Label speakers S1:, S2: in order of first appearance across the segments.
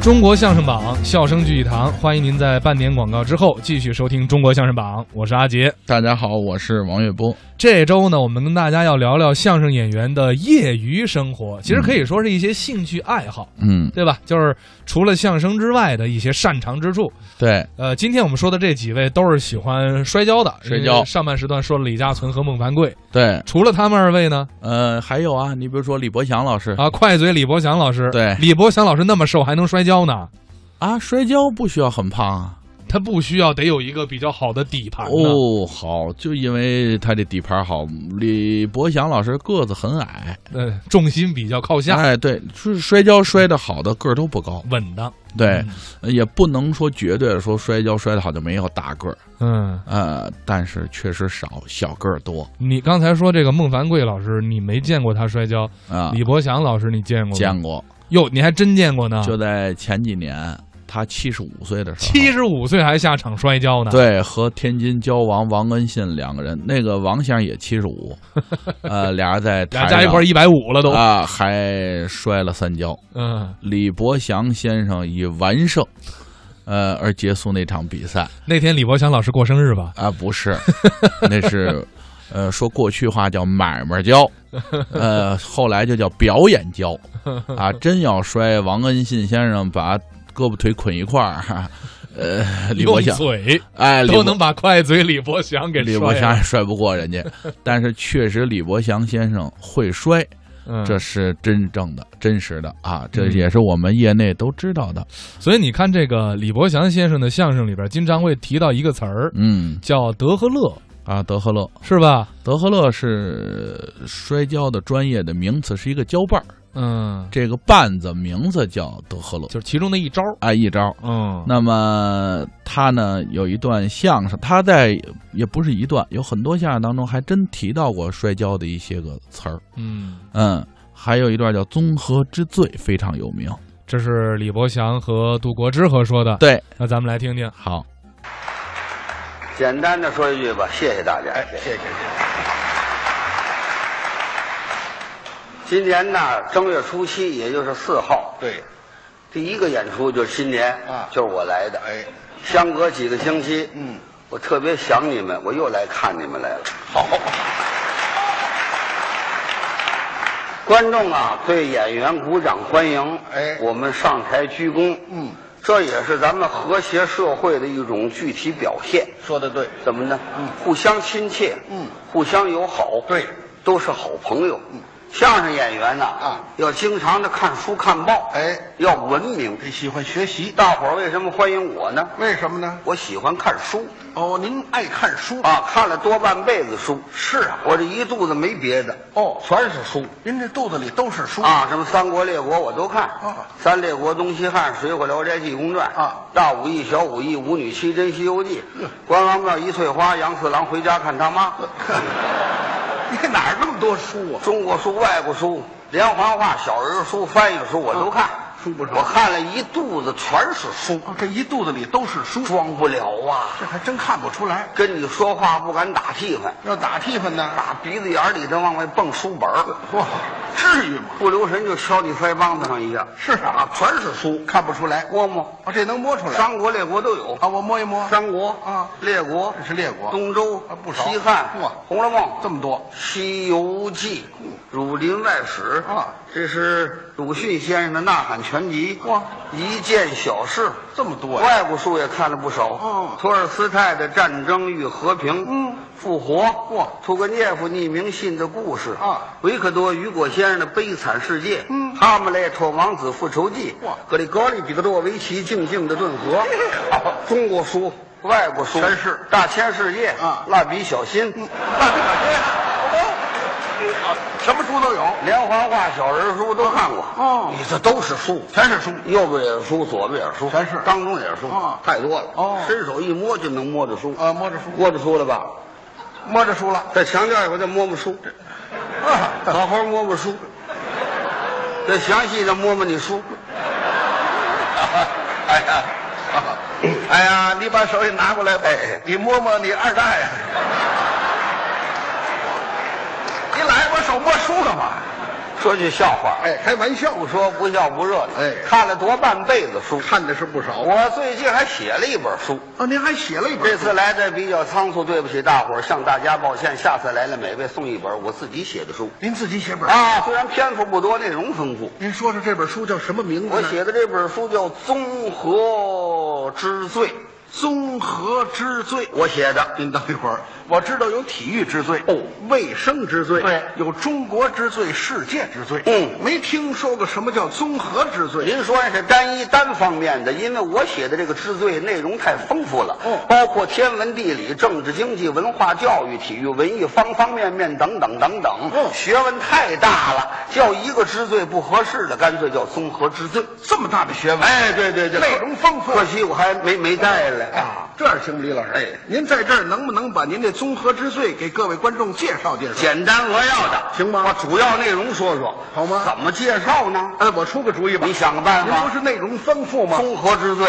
S1: 中国相声榜，笑声聚一堂，欢迎您在半年广告之后继续收听《中国相声榜》，我是阿杰。
S2: 大家好，我是王月波。
S1: 这周呢，我们跟大家要聊聊相声演员的业余生活，其实可以说是一些兴趣爱好，
S2: 嗯，
S1: 对吧？就是除了相声之外的一些擅长之处。
S2: 对，
S1: 呃，今天我们说的这几位都是喜欢摔跤的，
S2: 摔跤
S1: 因为上半时段说了李嘉存和孟凡贵，
S2: 对，
S1: 除了他们二位呢，
S2: 呃，还有啊，你比如说李伯祥老师
S1: 啊，快嘴李伯祥老师，
S2: 对
S1: 李伯祥老师那么瘦还能摔跤呢？
S2: 啊，摔跤不需要很胖啊。
S1: 他不需要得有一个比较好的底盘呢
S2: 哦，好，就因为他这底盘好，李伯祥老师个子很矮，
S1: 呃，重心比较靠下，
S2: 哎，对，就是摔跤摔得好的个儿都不高，
S1: 稳当。
S2: 对，
S1: 嗯
S2: 也不能说绝对的说摔跤摔得好就没有大个儿，
S1: 嗯，
S2: 呃，但是确实少小个儿多
S1: 你刚才说这个孟凡贵老师，你没见过他摔跤，
S2: 啊。
S1: 李伯祥老师你见过吗？
S2: 见过，
S1: 哟，你还真见过呢，
S2: 就在前几年，他七十五岁的时候，
S1: 七十五岁还下场摔跤呢。，
S2: 对，和天津交王王恩信两个人，那个王先生也七十 五，呃，俩人在台
S1: 俩
S2: 上
S1: 加一块一百五了都。
S2: 啊，还摔了三跤。
S1: 嗯，
S2: 李伯祥先生以完胜，呃，而结束那场比赛
S1: 那天李伯祥老师过生日吧？
S2: 啊，不是，那是。呃，说过去话叫买 卖跤，呃，后来就叫表演跤， 啊，真要摔，王恩信先生把胳膊腿捆一块儿，哈呃， 李伯
S1: 用
S2: 祥，
S1: 嘴
S2: 哎，李
S1: 都
S2: 伯
S1: 能把快嘴李伯祥给
S2: 李伯
S1: 摔
S2: 祥
S1: 了。
S2: 也摔不过 人家，但是确实李伯祥先生会摔，
S1: 嗯，
S2: 这是真正的、真实的啊，这
S1: 嗯
S2: 也是我们业内都知道的。
S1: 所以你看这个李伯祥先生的相声里边，经常会提到一个词儿
S2: 嗯
S1: 叫德和乐，
S2: 啊，德赫勒，
S1: 是吧？
S2: 德赫勒是摔跤的专业的名词，是一个跤绊儿，
S1: 嗯，
S2: 这个绊子名字叫德赫勒，
S1: 就是其中的一招。
S2: 啊，一招。
S1: 嗯，
S2: 那么他呢有一段相声，他在也不是一段，有很多相声当中还真提到过摔跤的一些个词儿。
S1: 嗯，
S2: 嗯，还有一段叫《综合之最》，非常有名。
S1: 这是李伯祥和杜国之合说的。
S2: 对，
S1: 那咱们来听听。
S2: 好，
S3: 简单的说一句吧，谢谢大家。
S4: 哎，谢谢。
S3: 今年呢，正月初七，也就是四号，
S4: 对，
S3: 第一个演出就是新年
S4: 啊
S3: 就是我来的。
S4: 哎，
S3: 相隔几个星期，
S4: 嗯，
S3: 我特别想你们，我又来看你们来了。
S4: 好，
S3: 观众啊，对演员鼓掌欢迎，
S4: 哎
S3: 我们上台鞠躬，
S4: 嗯，
S3: 这也是咱们和谐社会的一种具体表现。
S4: 说的对，
S3: 怎么呢？
S4: 嗯
S3: 互相亲切，
S4: 嗯，
S3: 互相友好，
S4: 对，嗯
S3: 都是好朋友。相声演员呐，
S4: 啊
S3: 要经常的看书看报，
S4: 哎
S3: 要文明。
S4: 得喜欢学习。嗯
S3: 大伙儿为什么欢迎我呢？
S4: 为什么呢？
S3: 我喜欢看书
S4: 哦，您爱看书？
S3: 啊，看了多半辈子书。
S4: 是啊，
S3: 我这一肚子没别的
S4: 哦
S3: 全是书
S4: 您这肚子里都是书
S3: 啊，什么三国列国我都看
S4: 啊
S3: 三列国、东西汉、水浒、聊斋、济公传
S4: 啊，
S3: 大武艺、小武艺、舞女、七珍、西游记
S4: 嗯，
S3: 关王庙一翠花，杨四郎回家看他 妈。
S4: 你哪儿那么多书啊？
S3: 中国书、外国书、连环画、小人书、翻译啊书，我都看。
S4: 书不少
S3: 我看了一肚子全是书，
S4: 啊，这一肚子里都是书，
S3: 装不了啊！
S4: 这还真看不出来。
S3: 跟你说话不敢打屁股，
S4: 要打屁股呢？
S3: 打鼻子眼里头往外蹦书本儿，
S4: 哇，至于吗？
S3: 不留神就敲你腮帮子上一下。
S4: 是啊，全是书，看不出来。
S3: 摸摸，
S4: 啊，这能摸出来？
S3: 三国列国都有，
S4: 啊，我摸一摸。
S3: 三国
S4: 啊
S3: 列国
S4: 这是列国
S3: 东周
S4: 啊不少
S3: 西汉
S4: 哇
S3: 红楼梦
S4: 这么多，
S3: 《西游记》《儒林外史》
S4: 啊，
S3: 这是鲁迅先生的《呐喊》全集。
S4: 哇，
S3: 一件小事，
S4: 这么多呀？
S3: 外国书也看了不少。
S4: 哦
S3: 托尔斯泰的《战争与和平》，
S4: 嗯，
S3: 复活。
S4: 哇
S3: 屠格涅夫匿名信的故事
S4: 啊，
S3: 维克多·雨果先生的《悲惨世界》，
S4: 嗯
S3: 哈姆雷特王子复仇记，
S4: 哇
S3: 格里高利彼得洛维奇静静的顿 河，
S4: 好
S3: 中国书。外国书
S4: 全是
S3: 大千世界
S4: 啊嗯
S3: 蜡笔小新，
S4: 什么书都有，
S3: 连环画、小人书都看过。
S4: 哦
S3: 你这都是书，
S4: 全是书。
S3: 右边也是书，左边也是书，
S4: 全是
S3: 当中也是书
S4: 哦，
S3: 太多了。
S4: 哦
S3: 伸手一摸就能摸着书，
S4: 啊，摸着书，
S3: 摸着书了吧？
S4: 摸着书了。
S3: 再强调一回，再摸摸书，
S4: 啊，
S3: 好好摸摸书，再详细的摸摸你书。
S4: 哎 呀，哎呀，你把手给拿过
S3: 哎
S4: 来吧，你摸摸你二大 爷。你来，我手摸书干嘛？
S3: 说句笑话，
S4: 哎，开玩笑
S3: 不说不笑不热闹。
S4: 哎
S3: 看了多半辈子书，
S4: 看的是不少啊。
S3: 我最近还写了一本书。
S4: 啊，您还写了一本
S3: 这
S4: 书，
S3: 次来的比较仓促，对不起大伙儿，向大家抱歉。下次来了，每位送一本我自己写的书。
S4: 您自己写本啊？
S3: 啊，虽然篇幅不多，内容丰富。
S4: 您说说这本书叫什么名字呢？
S3: 我写的这本书叫《综合之最》，
S4: 综合之最。
S3: 我写的。
S4: 您等一会儿，我知道有体育之最，
S3: 哦，
S4: 卫生之最，
S3: 对
S4: 有中国之最，世界之最，
S3: 嗯
S4: 没听说过什么叫综合之最。
S3: 您说是单一单方面的，因为我写的这个之最内容太丰富了，
S4: 哦
S3: 包括天文、地理、政治、经济、文化、教育、体育、文艺方方面面等等等等，
S4: 哦
S3: 学问太大了，叫一个之最不合适的，干脆叫综合之最。
S4: 这么大的学问，
S3: 哎，对对对，
S4: 内容丰富
S3: 可惜我还没没带来啊
S4: 啊。，这样行，李老师，
S3: 哎
S4: 您在这儿能不能把您这综合之最给各位观众介绍介绍？
S3: 简单扼要的，
S4: 行吗
S3: 我主要内容说说，
S4: 好吗
S3: 怎么介绍呢？
S4: 呃，我出个主意吧，
S3: 你想个办
S4: 您
S3: 法
S4: 不是内容丰富吗？
S3: 综合之最，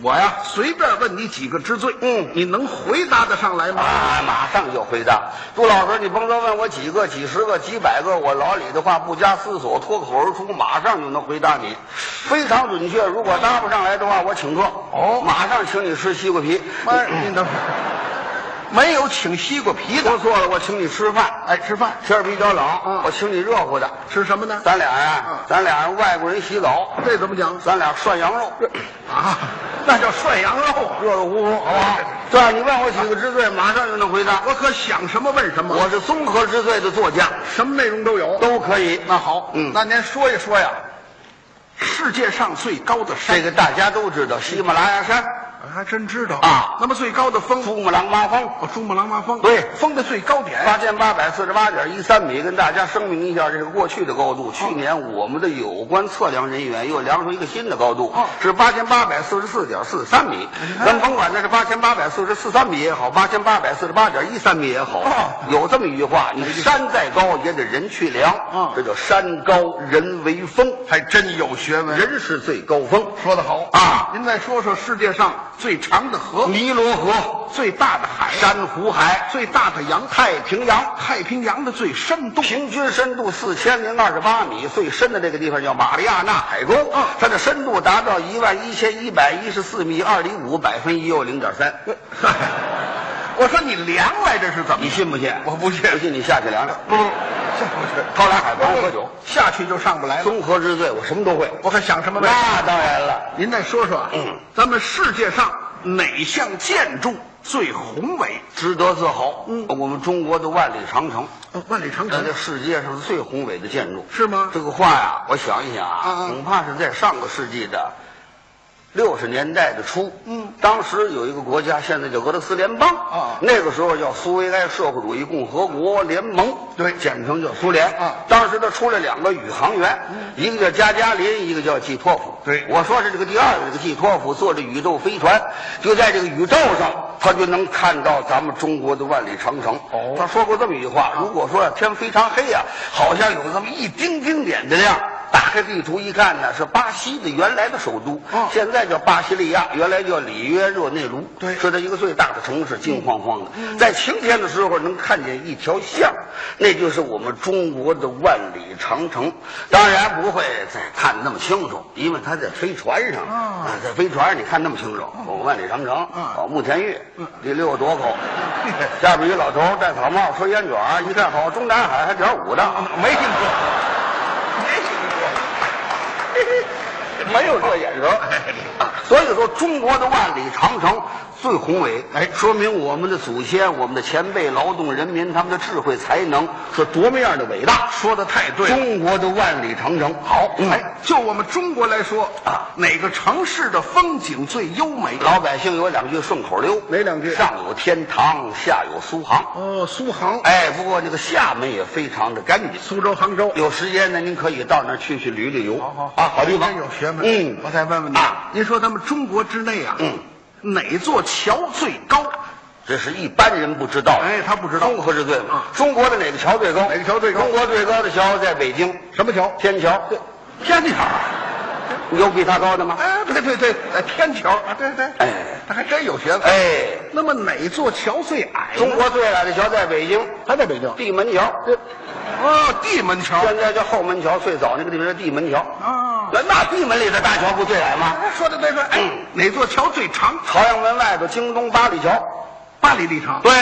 S3: 我呀，
S4: 随便问你几个之最，
S3: 嗯
S4: 你能回答得上来吗？
S3: 啊，马上就回答。朱老师，你甭说问我几个、几十个、几百个，我老李的话不加思索，脱口而出，马上就能回答你，非常准确。如果答不上来的话，我请客。
S4: 哦
S3: 马上请你吃西瓜皮。
S4: 妈，您等会儿，没有请西瓜皮的
S3: 不，错了，我请你吃饭。
S4: 哎，吃饭
S3: 天儿比较冷，
S4: 嗯
S3: 我请你热乎的。
S4: 吃什么呢？
S3: 咱俩呀、
S4: 嗯
S3: 咱俩人外国人洗澡，
S4: 这怎么讲？
S3: 咱俩涮羊肉，
S4: 啊，那叫涮羊肉啊！
S3: 热热乎乎，好不好？这样你问我几个之最，马上就能回答。
S4: 我可想什么问什么，
S3: 我是综合之最的作家，
S4: 什么内容都有。
S3: 都可以。
S4: 那好，
S3: 嗯
S4: 那您说一说呀，世界上最高的山，
S3: 这个大家都知道，喜马拉雅山、
S4: 我还真知道
S3: 啊
S4: 那么最高的峰，
S3: 珠穆朗玛峰，
S4: 哦，珠穆朗玛峰，
S3: 对啊
S4: 峰的最高点，
S3: 八千八百四十八点一三米，跟大家声明一下，这是过去的高
S4: 哦
S3: 度。去年我们的有关测量人员又量出一个新的高度
S4: 哦，哎
S3: 是八千八百四十四点四三米。咱甭管那是八千八百四十四三米也好，八千八百四十八点一三米也好
S4: 哦，
S3: 有这么一句话：你山再高也得人去量
S4: 嗯，
S3: 这叫山高人为峰，
S4: 还真有学问。
S3: 人是最高峰。
S4: 说得好
S3: 啊
S4: 您再说说世界上最长的河、
S3: 尼罗河、
S4: 最大的海、
S3: 珊瑚海、
S4: 最大的洋
S3: 太平洋。
S4: 太平洋的最深度，
S3: 平均深度四千零二十八米，最深的这个地方叫马里亚纳海沟，
S4: 啊
S3: 它的深度达到一万一千一百一十四米，二厘五，百分一又零点三，
S4: 呃 我说你量来这是怎么？
S3: 你信不信？
S4: 我不信
S3: 不信你下去量量。
S4: 不不，下不去，
S3: 高粱海不爱喝酒，
S4: 下去就上不来了。
S3: 综合之最，我什么都会。
S4: 我可想什么问题？
S3: 那当然了，
S4: 您再说说啊，
S3: 嗯，
S4: 咱们世界上哪项建筑最宏伟？
S3: 值得自豪。
S4: 嗯
S3: 我们中国的万哦里长城，
S4: 呃，万里长
S3: 那
S4: 城
S3: 这世界上最宏伟的建筑。
S4: 是吗
S3: 这？个话呀，我想一想
S4: 啊
S3: 啊，
S4: 啊
S3: 恐怕是在上个世纪的六十年代的初。
S4: 嗯，
S3: 当时有一个国家，现在叫俄罗斯联邦。
S4: 啊
S3: 那个时候叫苏维埃社会主义共和国联盟，
S4: 对
S3: 简称叫苏联。
S4: 啊嗯
S3: 当时他出来两个宇航员，一个叫加加林，一个叫季托夫。
S4: 对
S3: 我说是这个第二个这个季托夫坐着宇宙飞船，就在这个宇宙上，他就能看到咱们中国的万里长城。
S4: 哦
S3: 他说过这么一句话：如果说天非常黑呀、好像有这么一丁丁点的亮。打开地图一看呢，是巴西的原来的首都，
S4: 哦
S3: 现在叫巴西利亚，原来叫里约热内卢，
S4: 对
S3: 是它一个最大的城
S4: 嗯
S3: 市，金晃晃的。在晴天的时候能看见一条线儿，那就是我们中国的万里长城。当然不会再看那么清楚，因为它在飞船上，
S4: 啊
S3: 在飞船上你看那么清楚，我万里长城，
S4: 啊
S3: 哦，慕田峪
S4: 哦嗯，
S3: 第六个垛口， 下边一老头儿戴草帽，抽烟卷儿，一看好，中南海还点儿五的，
S4: 哦没听过，没听过。
S3: 没有这眼神儿。所以说，中国的万里长城最宏伟，哎，说明我们的祖先、我们的前辈、劳动人民他们的智慧才能是多么样的伟大。
S4: 说的太对了。
S3: 中国的万里长城好，哎
S4: 哎，，就我们中国来说
S3: 啊
S4: 哪个城市的风景最优美？
S3: 老百姓有两句顺口溜，
S4: 哪两句
S3: 上有天堂，下有苏杭。
S4: 哦，苏杭、
S3: 哎，不过这个厦门也非常的干净。
S4: 苏州、杭州。
S3: 有时间呢，您可以到那儿去去旅旅游。
S4: 好好
S3: 啊，好地方，
S4: 真有学问。
S3: 嗯，
S4: 我再问问您
S3: 啊，
S4: 您说咱们中国之内啊，
S3: 嗯，
S4: 哪座桥最高？
S3: 这是一般人不知道的。
S4: 哎，他不知道。
S3: 综合之最嘛
S4: 啊。
S3: 中国的哪个桥最高？
S4: 哪个桥最高
S3: 中国最高的桥在北京，
S4: 什么桥？
S3: 天桥。
S4: 天桥。
S3: 有比它高的吗？
S4: 哎，对对对，哎天桥啊，对对。
S3: 哎
S4: 他还真有学问。
S3: 哎，
S4: 那么哪座桥最矮呢？
S3: 中国最矮的桥在北京，
S4: 还在北京。
S3: 地门桥。
S4: 哦，地门桥
S3: 现在叫后门桥，最早那个地方叫地门桥。
S4: 啊
S3: 那那地门里的大桥不最矮吗？嗯
S4: 说的对对，哎，哪座桥最长？
S3: 朝阳门外头京东八里桥，
S4: 八里里长。，
S3: 对，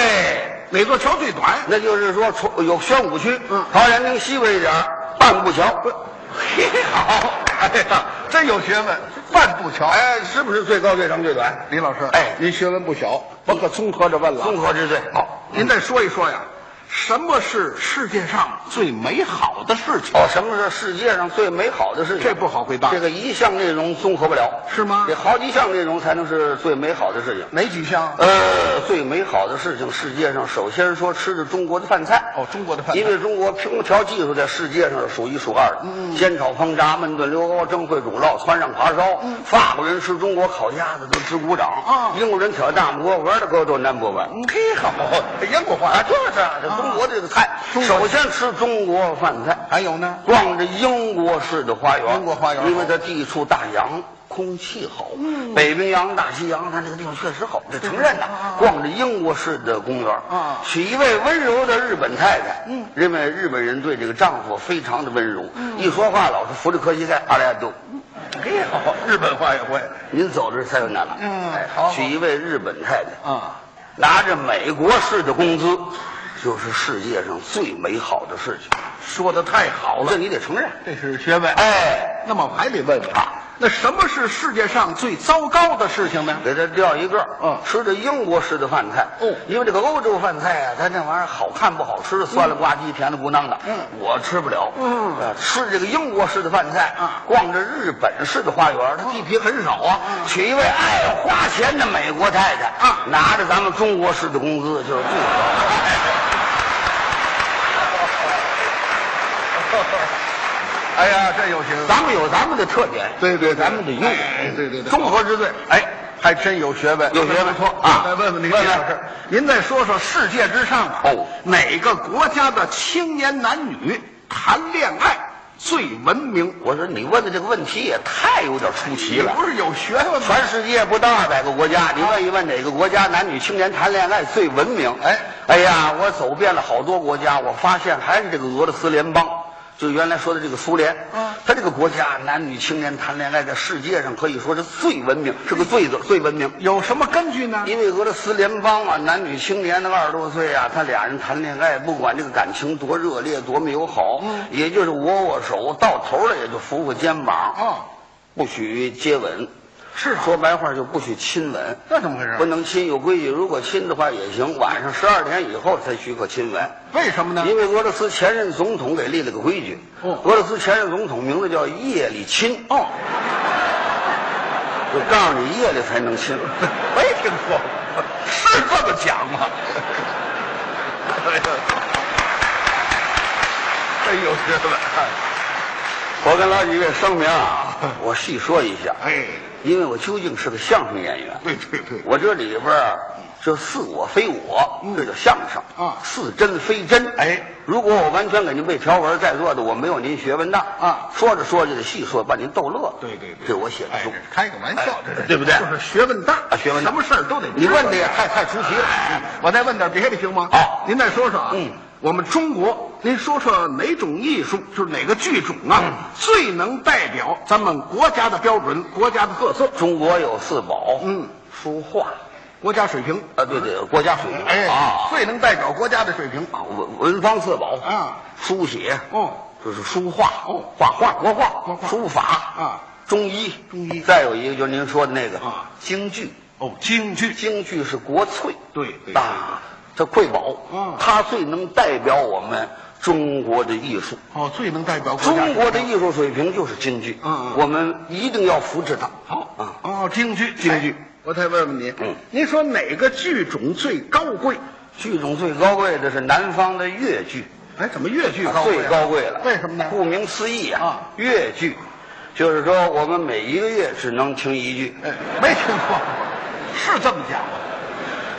S4: 哪座桥最短？
S3: 那就是说出有宣武区，
S4: 嗯
S3: 朝阳厅西边一点儿半步桥，
S4: 嘿， 好，哎呀，真有学问，半步桥。
S3: 哎，是不是最高最长最短？
S4: 李老师，
S3: 哎
S4: 您学问不小，我可综合着问了。
S3: 综合之最。
S4: 好，您再说一说呀，什么是世界上最美好的事情？
S3: 哦，什么是世界上最美好的事情？
S4: 这不好回答嗯
S3: 这个一项内容综合不了，
S4: 是吗
S3: 得好几项内容才能是最美好的事情。
S4: 哪几项？
S3: 呃，最美好的事情，世界上首先说吃的中国的饭菜。
S4: 哦，中国的 饭
S3: 因
S4: 店
S3: 为中国烹调技术在世界上是数一数二的，
S4: 嗯
S3: 煎炒烹炸焖炖溜锅蒸烩煮烙窜上扒烧，法国人吃中国烤鸭子都直鼓掌，
S4: 嗯啊
S3: 英国人挑大馍玩的歌都 number one。
S4: 嗯嘿，好，这英国话
S3: 啊，就是啊，这中国这个菜，
S4: 中国哎
S3: 首先吃中国饭菜，
S4: 还有呢？
S3: 逛着英国式的花园，
S4: 英国花园嗯
S3: 因为它地处大洋，空气好，北冰洋、大西洋，它这个地方确实好，这承认的。逛着英国式的公园，
S4: 嗯啊
S3: 娶一位温柔的日本太太，嗯，认为日本人对这个丈夫非常的温柔，
S4: 嗯
S3: 一说话老是扶着磕膝盖，阿莱亚都，
S4: 嘿，好，日本话也会。
S3: 您走的时候才有难了，
S4: 嗯
S3: 哎
S4: 好好
S3: 娶一位日本太太，
S4: 啊，
S3: 拿着美国式的工资，就是世界上最美好的事情，
S4: 说的太好了，
S3: 这你得承认，
S4: 这是学问。
S3: 哎。
S4: 那么我还得问问啊，那什么是世界上最糟糕的事情呢？
S3: 给它掉一个，
S4: 嗯
S3: 吃的英国式的饭菜，
S4: 哦
S3: 因为这个欧洲饭菜啊，它那玩意儿好看不好吃，酸了呱唧，甜了咕囔的，
S4: 嗯
S3: 我吃不了，
S4: 嗯
S3: 呃吃这个英国式的饭菜，
S4: 啊
S3: 逛着日本式的花园，它地皮很少啊，
S4: 嗯
S3: 娶一位爱花钱的美国太太，
S4: 啊
S3: 拿着咱们中国式的工资就是不少。
S4: 哎呀，这有学问。
S3: 咱们有咱们的特点，
S4: 对对对
S3: 咱们得用，
S4: 哎对对对
S3: 综合之最，
S4: 哎，还真有学问，
S3: 有学问
S4: 不错
S3: 啊
S4: 再问问您，
S3: 问问
S4: 老师，您再说说世界之上啊，
S3: 哦
S4: 哪个国家的青年男女谈恋爱最文明？
S3: 我说你问的这个问题也太有点出奇了
S4: 你。不是有学问吗？
S3: 全世界不到二百个国家，你问一问哪个国家男女青年谈恋爱最文明？
S4: 哎
S3: 哎呀，我走遍了好多国家，我发现还是这个俄罗斯联邦，就原来说的这个苏联。
S4: 嗯
S3: 他这个国家男女青年谈恋爱在世界上可以说是最文明，是个最最文明。
S4: 有什么根据呢？
S3: 因为俄罗斯联邦啊，男女青年那个二十多岁啊，他俩人谈恋爱，不管这个感情多热烈、多么友好，
S4: 嗯
S3: 也就是握握手，到头了也就扶扶肩膀，
S4: 哦，
S3: 不许接吻。
S4: 是啊，
S3: 说白话就不许亲吻，
S4: 那怎么回事？
S3: 不能亲，有规矩。如果亲的话也行，晚上十二点以后才许可亲吻。
S4: 为什么呢？
S3: 因为俄罗斯前任总统给立了个规矩，
S4: 哦
S3: 俄罗斯前任总统名字叫叶利钦，
S4: 哦，
S3: 就告诉你夜里才能 亲。
S4: 没听说过，是这么讲 吗？哎真有学问，
S3: 我跟老几位声明啊，我细说一下，
S4: 哎，
S3: 因为我究竟是个相声演员，
S4: 对对对，
S3: 我这里边儿啊这似我非我，这叫相声
S4: 嗯啊
S3: 似真非真。
S4: 哎，
S3: 如果我完全给您背条文，在座的我没有您学问大
S4: 啊
S3: 说着说着就细说，把您逗乐了。
S4: 对对对
S3: 这我写的
S4: 哎
S3: 书。，哎
S4: 开个玩笑，这是
S3: 对不对
S4: 就是学问大
S3: 啊，学问大
S4: 什么事儿都得
S3: 你问的也
S4: 太太出奇了。我再问点别的行吗？
S3: 好
S4: 您再说说啊。
S3: 嗯。
S4: 我们中国，您说说哪种艺术，就是哪个剧种啊，
S3: 嗯
S4: 最能代表咱们国家的标准、国家的特色、
S3: 中国有四宝，
S4: 嗯，
S3: 书画
S4: 国家水平？
S3: 啊，对对，国家水平
S4: 哎，
S3: 啊，
S4: 最能代表国家的水平。
S3: 文文方四宝
S4: 啊，
S3: 书写
S4: 哦，
S3: 就是书画
S4: 哦
S3: 画画国画
S4: 国画
S3: 书法
S4: 啊，
S3: 中医
S4: 中医
S3: 再有一个就是您说的那个
S4: 啊
S3: 京剧。
S4: 哦，京剧
S3: 京剧是国粹，
S4: 对对对
S3: 啊，这瑰宝，
S4: 嗯
S3: 它最能代表我们中国的艺术。
S4: 哦，最能代表国家。
S3: 中国的艺术水平就是京剧，
S4: 嗯嗯
S3: 我们一定要扶持它。
S4: 好
S3: 啊，
S4: 哦，京剧，
S3: 京剧
S4: 哎。我再问问您，
S3: 嗯
S4: 您说哪个剧种最高贵？
S3: 剧种最高贵的是南方的越剧，
S4: 哎，怎么越剧高贵、
S3: 最高贵了。
S4: 为什么呢？
S3: 顾名思义啊
S4: 啊，
S3: 越剧，就是说我们每一个月只能听一句。
S4: 哎，没听说过，是这么讲吗？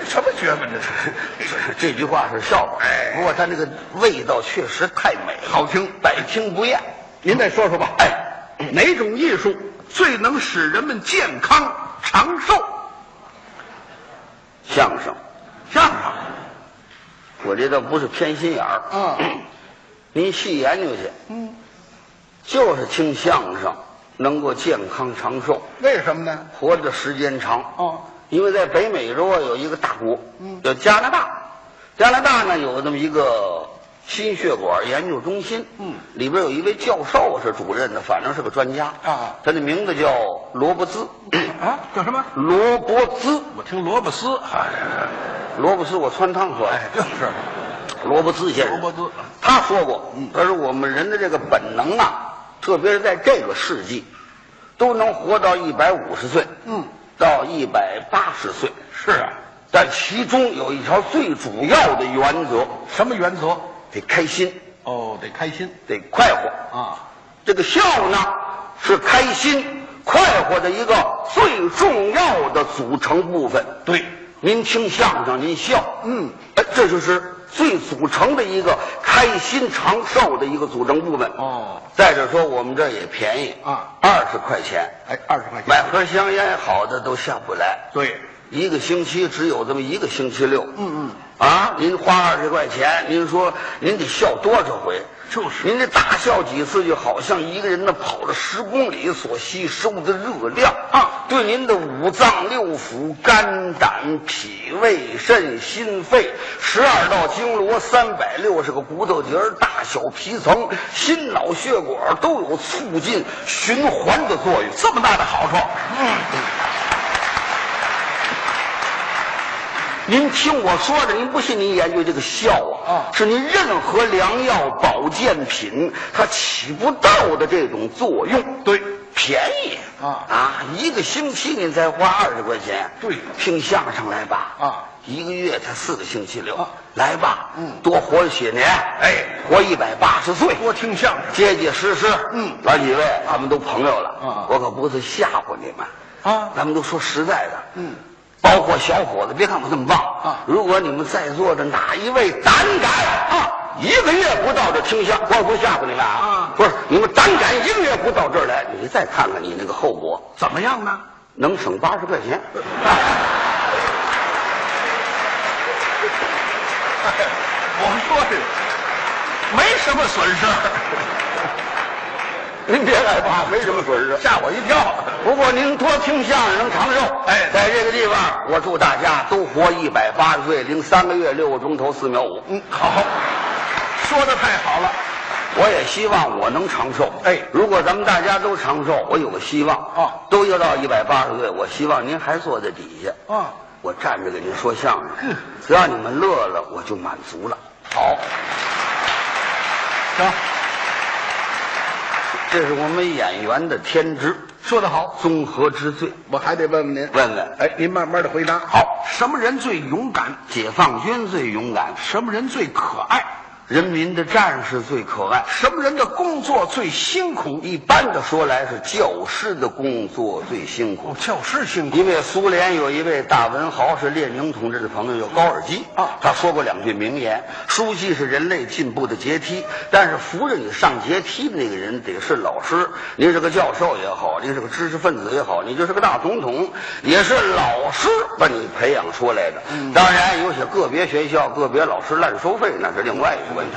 S4: 什么学问这是？
S3: 这句话是笑话，
S4: 哎
S3: 不过它那个味道确实太美了，
S4: 好听
S3: 百听不厌。
S4: 您再说说吧。哎，哪种艺术最能使人们健康长寿？
S3: 相声。
S4: 相声。
S3: 我这倒不是偏心眼儿，
S4: 嗯，
S3: 您细研究去。嗯，就是听相声能够健康长寿，
S4: 为什么呢？
S3: 活的时间长。
S4: 哦，
S3: 因为在北美洲啊有一个大国，嗯，叫加拿大。加拿大呢有那么一个心血管研究中心，
S4: 嗯，
S3: 里边有一位教授啊是主任的，反正是个专家
S4: 啊
S3: 他的名字叫罗伯兹，
S4: 啊，叫什么？
S3: 罗伯兹，
S4: 我听萝卜丝，哎呀，
S3: 罗伯兹，我穿堂河呀。
S4: 就是
S3: 罗伯兹先生，
S4: 罗伯兹嗯
S3: 他说过，他说我们人的这个本能啊，特别是在这个世纪，都能活到一百五十岁，
S4: 嗯，
S3: 到一百八十岁，
S4: 是啊。
S3: 但其中有一条最主要的原则，
S4: 什么原则？
S3: 得开心，
S4: 哦，得开心
S3: 得快活。
S4: 啊，
S3: 这个孝呢，是开心快活的一个最重要的组成部分。
S4: 对，
S3: 您听相声，您笑，
S4: 嗯，
S3: 哎，这就是最组成的一个开心长寿的一个组成部分。
S4: 哦，
S3: 再者说我们这儿也便宜
S4: 啊，
S3: 二十块钱
S4: 哎，二十块钱
S3: 买盒香烟，好的都下不来。
S4: 对，
S3: 一个星期只有这么一个星期六，
S4: 嗯
S3: 嗯，啊，您花二十块钱，您说您得笑多少回？
S4: 就是
S3: 您这大笑几次，就好像一个人呢跑了十公里所吸收的热量
S4: 啊，
S3: 对您的五脏六腑、肝胆、脾胃、肾、心肺、十二道经络、三百六十个骨头节儿、大小皮层、心脑血管都有促进循环的作用，这么大的好处。您听我说的，您不信您研究这个孝啊，
S4: 啊
S3: 是您任何良药保健品它起不到的这种作用。
S4: 对，
S3: 便宜
S4: 啊
S3: 啊，一个星期您才花二十块钱，
S4: 对
S3: 听相声来吧
S4: 啊，
S3: 一个月才四个星期六，
S4: 啊
S3: 来吧，
S4: 嗯
S3: 多活些年，
S4: 哎
S3: 活一百八十岁，
S4: 多听相声
S3: 结结实实。
S4: 嗯
S3: 老几位，咱们都朋友了，
S4: 啊啊
S3: 我可不是吓唬你们，
S4: 啊
S3: 咱们都说实在的，
S4: 嗯，
S3: 包括小伙子，别看我这么棒
S4: 啊
S3: 如果你们在座的哪一位胆敢啊，一个月不到这听相，我不吓唬你们啊
S4: 啊，
S3: 不是你们胆敢一个月不到这儿来，你再看看你那个后果，
S4: 怎么样呢？
S3: 能省八十块 钱。
S4: 我说的没什么损失，
S3: 您别害怕，没什么损失。
S4: 吓我一跳。
S3: 不过您多听相声能长寿。
S4: 哎
S3: 在这个地方，我祝大家都活一百八十岁零三个月六个钟头四秒五。
S4: 嗯，好，说的太好了。
S3: 我也希望我能长寿。
S4: 哎
S3: 如果咱们大家都长寿，我有个希望
S4: 啊
S3: 都要到一百八十岁，我希望您还坐在底下
S4: 啊，
S3: 我站着给您说相声，只要你们乐了，我就满足了。好，
S4: 行，
S3: 这是我们演员的天职，
S4: 说的好。
S3: 综合之最。
S4: 我还得问问您，
S3: 问问
S4: 哎，您慢慢的回答。好，什么人最勇敢？
S3: 解放军最勇敢，
S4: 什么人最可爱？
S3: 人民的战士最可爱。
S4: 什么人的工作最辛苦？
S3: 一般的说来，是教师的工作最辛苦
S4: 哦，。教师辛苦。
S3: 因为苏联有一位大文豪是列宁同志的朋友，叫高尔基
S4: 啊
S3: 他说过两句名言：书记是人类进步的阶梯，但是扶着你上阶梯的那个人得是老师。您是个教授也好，您是个知识分子也好，你就是个大总统，也是老师把你培养出来的。
S4: 嗯
S3: 当然，有些个别学校、个别老师滥收费，那是另外一个问题。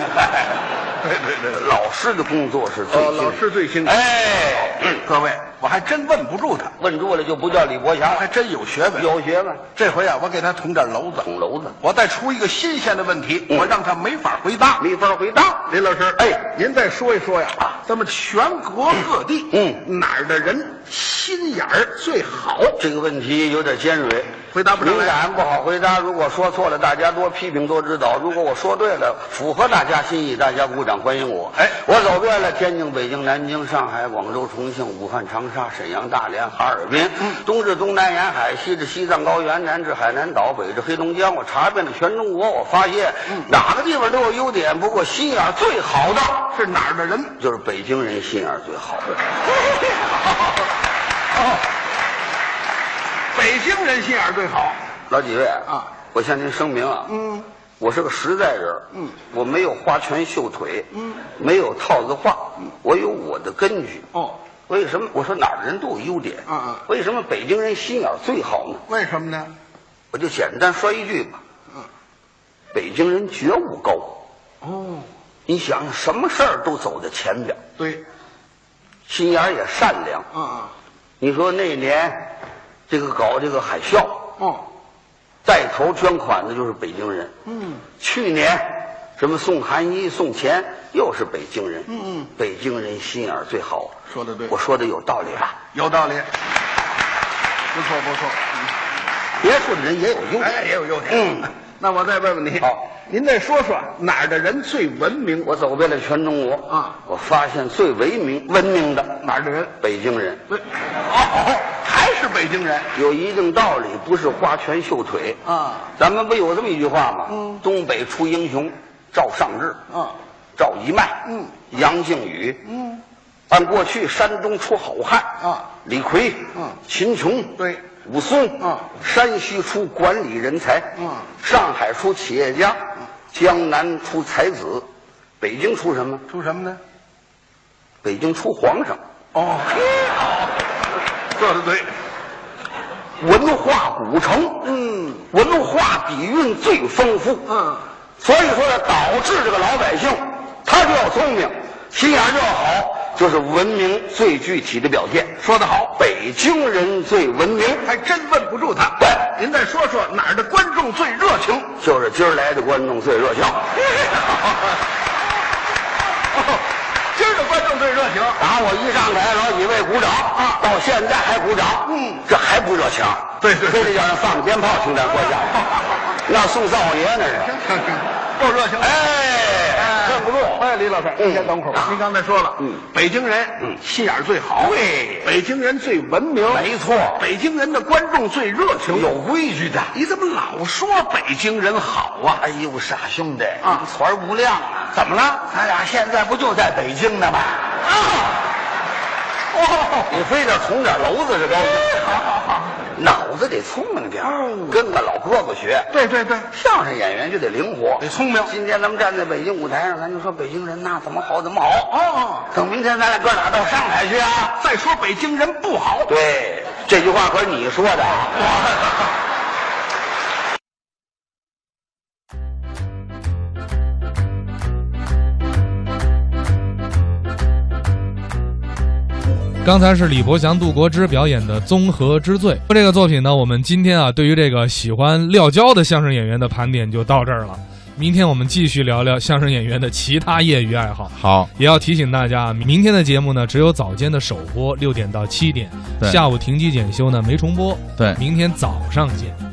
S4: 对对对
S3: 老师的工作是最辛
S4: 哦
S3: 苦，
S4: 老师最辛苦
S3: 哎，
S4: 各位，我还真问不住他，
S3: 问住了就不叫李国
S4: 他
S3: 强，
S4: 还真有学问。
S3: 有学问。
S4: 这回啊，我给他捅点娄子，
S3: 捅娄子
S4: 我再出一个新鲜的问题，
S3: 嗯
S4: 我让他没法回答。
S3: 没法回答。
S4: 林老师，
S3: 哎
S4: 您再说一说呀
S3: 啊，
S4: 咱们全国各地，
S3: 嗯，
S4: 哪儿的人心眼儿最好？
S3: 这个问题有点尖锐，
S4: 回答不上来
S3: 敏感不好回答。如果说错了，大家多批评多指导；如果我说对了，符合大家心意，大家鼓掌欢迎我。
S4: 哎
S3: 我走遍了天津、北京、南京、上海、广州、重庆、武汉、长沙、沈阳、大连、哈尔滨，
S4: 嗯
S3: 东至东南沿海，西至西藏高原，南至海南岛，北至黑龙江。我查遍了全中国，我发现
S4: 嗯
S3: 哪个地方都有优点，不过心眼儿最好的
S4: 是哪儿的人？
S3: 就是北京人心眼儿最好。
S4: 北京人心眼儿最好。
S3: 老几位
S4: 啊，
S3: 我向您声明啊，
S4: 嗯，
S3: 我是个实在人，
S4: 嗯，
S3: 我没有花拳绣腿，
S4: 嗯，
S3: 没有套子话，我有我的根据。
S4: 哦，
S3: 为什么我说哪儿的人都有优点？
S4: 嗯嗯
S3: 为什么北京人心眼儿最好呢？
S4: 为什么呢？
S3: 我就简单说一句吧，
S4: 嗯，
S3: 北京人觉悟高。
S4: 哦，
S3: 你想想，什么事儿都走在前边，
S4: 对，
S3: 心眼儿也善良。
S4: 啊啊，
S3: 你说那年这个搞这个海啸，
S4: 哦，
S3: 带头捐款的就是北京人。
S4: 嗯，
S3: 去年什么送寒衣、送钱，又是北京人。
S4: 嗯嗯，
S3: 北京人心眼儿最好。
S4: 说得对
S3: 我说的有道理啊吧？
S4: 有道理，不错不错，
S3: 别处的人也有优点。
S4: 嗯哎，也有优点。
S3: 嗯，
S4: 那我再问问你，
S3: 好
S4: 您再说说哪儿的人最文明？
S3: 我走遍了全中国
S4: 啊
S3: 我发现最文明文明的
S4: 哪儿的人？
S3: 北京人
S4: 对，哦，还是北京人
S3: 有一定道理，不是花拳绣腿。
S4: 啊
S3: 咱们不有这么一句话吗？
S4: 嗯
S3: 东北出英雄，赵尚志，
S4: 啊，
S3: 赵一麦，
S4: 嗯，
S3: 杨靖宇，
S4: 嗯，
S3: 按过去山东出好汉
S4: 啊，
S3: 李逵，
S4: 嗯
S3: 秦琼，
S4: 对，
S3: 武松，
S4: 嗯
S3: 山西出管理人才，
S4: 嗯
S3: 上海出企业家，江南出才子，北京出什么？
S4: 出什么呢？
S3: 北京出皇上，
S4: 哦，说的对，
S3: 文化古城，
S4: 嗯，
S3: 文化底蕴最丰富，
S4: 嗯，
S3: 所以说呢，导致这个老百姓他就要聪明，心眼儿就要好，就是文明最具体的表现。
S4: 说得好，
S3: 北京人最文明，
S4: 还真问不住他。
S3: 对
S4: 您再说说哪儿的观众最热情？
S3: 就是今儿来的观众最热 情。
S4: 今儿的观众最热情。
S3: 打我一上台，老几位鼓掌，到现在还鼓掌，
S4: 啊嗯
S3: 这还不热情？
S4: 对对对
S3: 非得叫人放鞭炮听咱说相 声，那送灶王爷那是。
S4: 够热情了。
S3: 哎，
S4: 站不住。哎，李老师，您先等会儿。您刚才说了，
S3: 嗯
S4: 北京人，
S3: 嗯
S4: 心眼儿最好，
S3: 对
S4: 北京人最文明，
S3: 没错
S4: 北京人的观众最热情，
S3: 有规矩的。
S4: 你怎么老说北京人好啊？
S3: 哎呦，傻兄弟
S4: 啊
S3: 你词儿无量啊！
S4: 怎么了？
S3: 咱俩现在不就在北京呢吗？啊！哦，你非得捅点娄子是高
S4: 哎
S3: 兴？好好好，脑子得聪明点儿，
S4: 嗯
S3: 跟个老哥哥学。
S4: 对对对，
S3: 相声演员就得灵活，
S4: 得聪明
S3: 今天咱们站在北京舞台上，咱就说北京人呐怎么好怎么好。
S4: 哦，
S3: 等明天咱俩哥俩到上海去啊！
S4: 再说北京人不好，
S3: 对，这句话可是你说的啊。
S1: 刚才是李伯祥、杜国之表演的《综合之最》这个作品呢，我们今天啊，对于这个喜欢撂跤的相声演员的盘点就到这儿了。明天我们继续聊聊相声演员的其他业余爱好。
S2: 好，
S1: 也要提醒大家，明天的节目呢只有早间的首播，六点到七点，
S2: 对
S1: 下午停机检修呢没重播。
S2: 对
S1: 明天早上见。